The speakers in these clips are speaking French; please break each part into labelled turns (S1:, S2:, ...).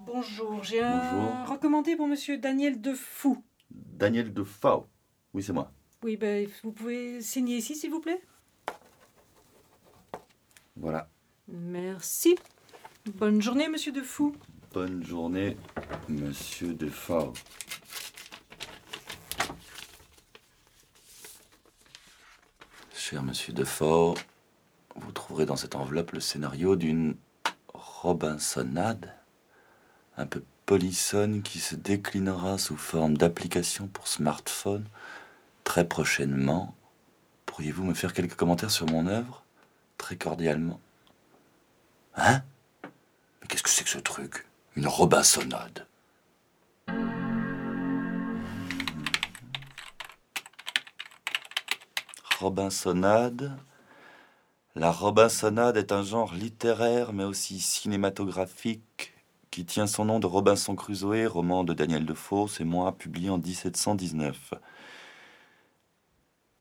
S1: Bonjour, j'ai un recommandé pour monsieur Daniel Defou.
S2: Daniel de Fao. Oui, c'est moi.
S1: Oui, ben, vous pouvez signer ici, s'il vous plaît
S2: Voilà.
S1: Merci. Bonne journée, monsieur Defou.
S2: Bonne journée, monsieur de Fao.
S3: Cher monsieur Defort, vous trouverez dans cette enveloppe le scénario d'une Robinsonade, un peu polissonne qui se déclinera sous forme d'application pour smartphone très prochainement. Pourriez-vous me faire quelques commentaires sur mon œuvre Très cordialement. Hein Mais qu'est-ce que c'est que ce truc Une Robinsonade Robinsonade. La Robinsonade est un genre littéraire mais aussi cinématographique qui tient son nom de Robinson Crusoe, roman de Daniel Defoe, et moi, publié en 1719.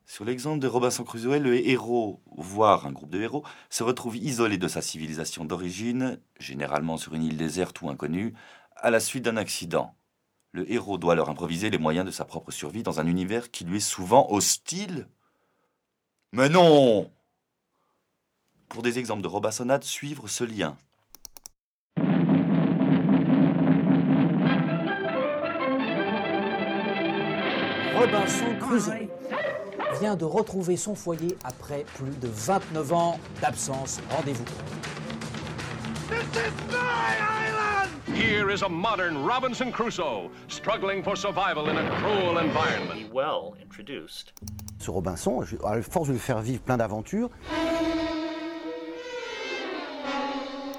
S3: Sur l'exemple de Robinson Crusoe, le héros, voire un groupe de héros, se retrouve isolé de sa civilisation d'origine, généralement sur une île déserte ou inconnue, à la suite d'un accident. Le héros doit leur improviser les moyens de sa propre survie dans un univers qui lui est souvent hostile mais non Pour des exemples de Robinsonade, suivre ce lien.
S4: Robinson Crusoe vient de retrouver son foyer après plus de 29 ans d'absence. Rendez-vous.
S5: Here is a modern Robinson Crusoe struggling for survival in a cruel environment.
S6: well introduced.
S7: Ce Robinson, je- à force de lui faire vivre plein d'aventures,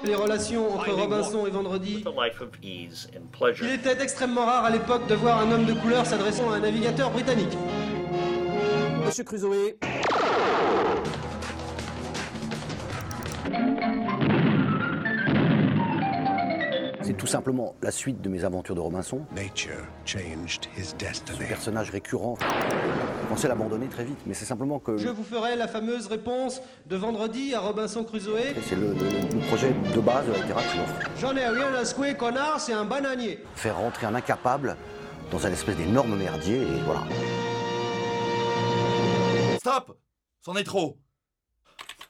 S8: Les relations entre Robinson et Vendredi.
S6: The life of ease and
S8: Il
S6: pleasure.
S8: était extrêmement rare à l'époque de voir un homme de couleur s'adressant à un navigateur britannique.
S4: Monsieur Crusoe,
S7: c'est tout simplement la suite de mes aventures de Robinson.
S9: Nature changed his
S7: Ce
S9: destiny.
S7: personnage récurrent, on pensait l'abandonner très vite, mais c'est simplement que
S8: Je vous ferai la fameuse réponse de Vendredi à Robinson Crusoe.
S7: c'est le, le- le projet de base de la littérature.
S8: J'en ai rien à secouer, connard, c'est un bananier.
S7: Faire rentrer un incapable dans un espèce d'énorme merdier, et voilà.
S3: Stop C'en est trop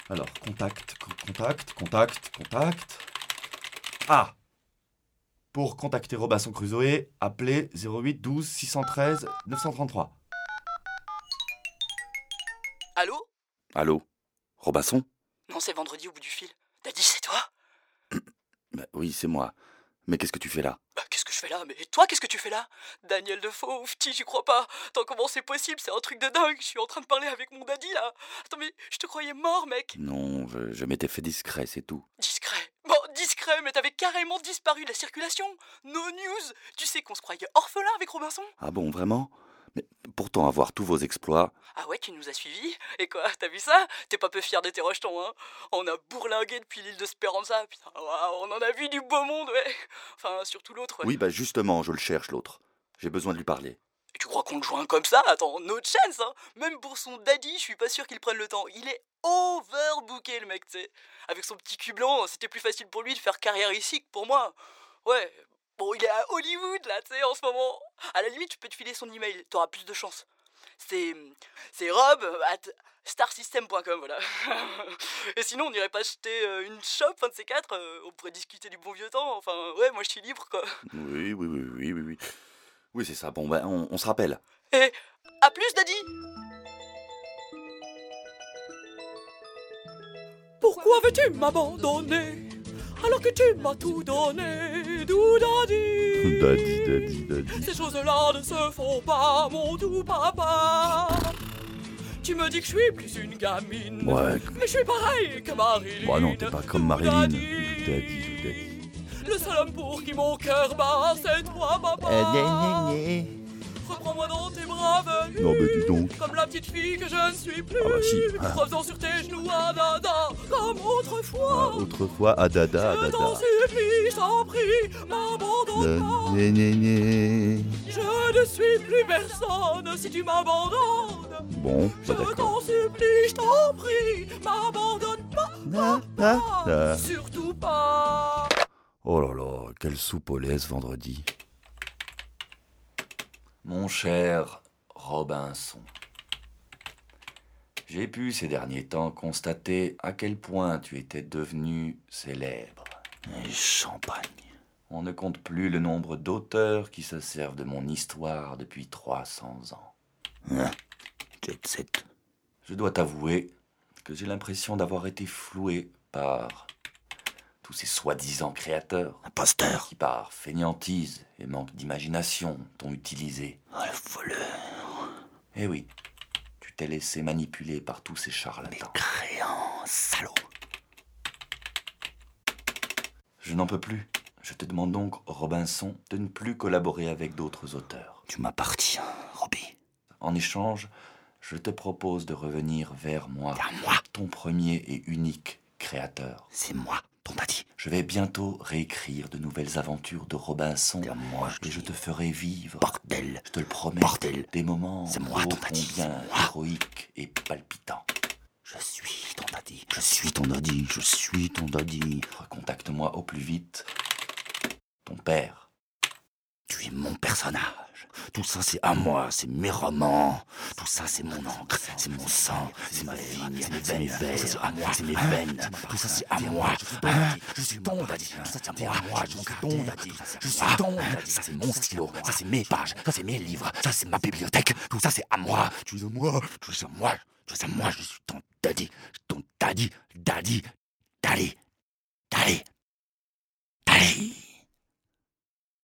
S3: Alors, contact, con- contact, contact, contact. Ah Pour contacter Robinson Crusoe, appelez 08 12 613 933.
S10: Allô
S3: Allô Robinson
S10: Non, c'est vendredi au bout du fil. T'as dit c'est toi
S3: Bah Oui, c'est moi. Mais qu'est-ce que tu fais là
S10: Bah, qu'est-ce que je fais là Mais toi, qu'est-ce que tu fais là Daniel Defoe, ouf, j'y crois pas. Attends, comment c'est possible C'est un truc de dingue. Je suis en train de parler avec mon daddy là. Attends, mais je te croyais mort, mec.
S3: Non, je, je m'étais fait discret, c'est tout.
S10: Discret. Bon, discret, mais t'avais carrément disparu de la circulation. No news. Tu sais qu'on se croyait orphelin avec Robinson.
S3: Ah bon, vraiment Mais pourtant, avoir tous vos exploits,
S10: Ah ouais, tu nous as suivis Et quoi, t'as vu ça T'es pas peu fier de tes rejetons, hein On a bourlingué depuis l'île de Speranza. Putain, waouh, on en a vu du beau monde, ouais. Enfin, surtout l'autre. ouais.
S3: Oui, bah justement, je le cherche, l'autre. J'ai besoin de lui parler.
S10: Et Tu crois qu'on le joint comme ça Attends, notre chance, hein Même pour son daddy, je suis pas sûr qu'il prenne le temps. Il est overbooké, le mec, tu sais. Avec son petit cul blanc, c'était plus facile pour lui de faire carrière ici que pour moi. Ouais, bon, il est à Hollywood, là, tu sais, en ce moment. À la limite, je peux te filer son email, t'auras plus de chance. C'est... c'est rob at starsystem.com, voilà. Et sinon, on irait pas acheter euh, une shop, un de ces quatre, euh, on pourrait discuter du bon vieux temps, enfin, ouais, moi je suis libre, quoi.
S3: Oui, oui, oui, oui, oui, oui. Oui, c'est ça. Bon, ben, on, on se rappelle.
S10: Et à plus, daddy Pourquoi veux-tu m'abandonner alors que tu m'as tout donné, doux daddy
S2: Daddy, daddy, daddy.
S10: Ces choses-là ne se font pas, mon doux papa. Tu me dis que je suis plus une gamine,
S2: Ouais.
S10: mais je suis pareil que Marilyn.
S2: Bah non, t'es pas comme
S10: doux
S2: Marilyn.
S10: daddy.
S2: Daddy, daddy.
S10: Le seul homme pour qui mon cœur bat, c'est toi, papa. Reprends-moi dans tes bras velus.
S2: Non, mais dis donc.
S10: Comme la petite fille que je ne suis plus.
S2: bah si.
S10: Revenons sur tes genoux à dada, comme autrefois.
S2: Ah, Autrefois, Adada,
S10: je t'en
S2: Adada. Euh,
S10: supplie, je t'en prie, m'abandonne pas.
S2: Né, né, né.
S10: Je ne suis plus personne si tu m'abandonnes.
S2: Bon, bah
S10: Je
S2: d'accord.
S10: t'en supplie, je t'en prie, m'abandonne pas.
S3: Euh.
S2: Na, na, na.
S10: Surtout pas.
S2: Oh là là,
S3: Quelle soupe au lait ce vendredi Mon cher Robinson, j'ai pu ces derniers temps constater à quel point tu étais devenu célèbre. Et champagne. On ne compte plus le nombre d'auteurs qui se servent de mon histoire depuis 300 ans.
S7: Hein, Jet set.
S3: Je dois t'avouer que j'ai l'impression d'avoir été floué par tous ces soi-disant créateurs
S7: Imposteur.
S3: qui, par fainéantise et manque d'imagination, t'ont utilisé.
S7: Ah, le voleur.
S3: Eh oui, tu t'es laissé manipuler par tous ces charlatans.
S7: Créant. Salaud.
S3: Je n'en peux plus. Je te demande donc, Robinson, de ne plus collaborer avec d'autres auteurs.
S7: Tu m'appartiens, Robbie.
S3: En échange, je te propose de revenir vers moi,
S7: Vers moi.
S3: ton premier et unique créateur.
S7: C'est moi, ton daddy.
S3: Je vais bientôt réécrire de nouvelles aventures de Robinson
S7: C'est à moi, je
S3: et
S7: dis.
S3: je te ferai vivre,
S7: Bordel.
S3: je te le promets,
S7: Bordel.
S3: des moments
S7: C'est moi,
S3: ô
S7: ton Ah. daddy,
S3: combien
S7: c'est moi.
S3: héroïques et palpitants.
S7: Je suis ton daddy. Je suis ton daddy. Je suis ton daddy.
S3: Recontacte-moi au plus vite, ton père.
S7: Tu es mon personnage. Tout ça, c'est à moi, c'est mes romans. Tout ça, c'est mon encre, c'est mon sang, c'est ma vigne, c'est mes vers, c'est à moi, c'est mes veines. Tout ça, c'est à moi. Hein, Je suis ton daddy. Tout ça, c'est à moi. Je suis ton daddy. Je suis ton daddy. Ça, c'est mon stylo. Ça, c'est mes pages. Ça, c'est mes livres. Ça, c'est ma bibliothèque. Tout ça, c'est à moi. Tu es à moi. Tu es à moi. Tu es à moi. Je suis ton daddy. Ton daddy. Daddy. Daddy. Daddy. Daddy. Daddy.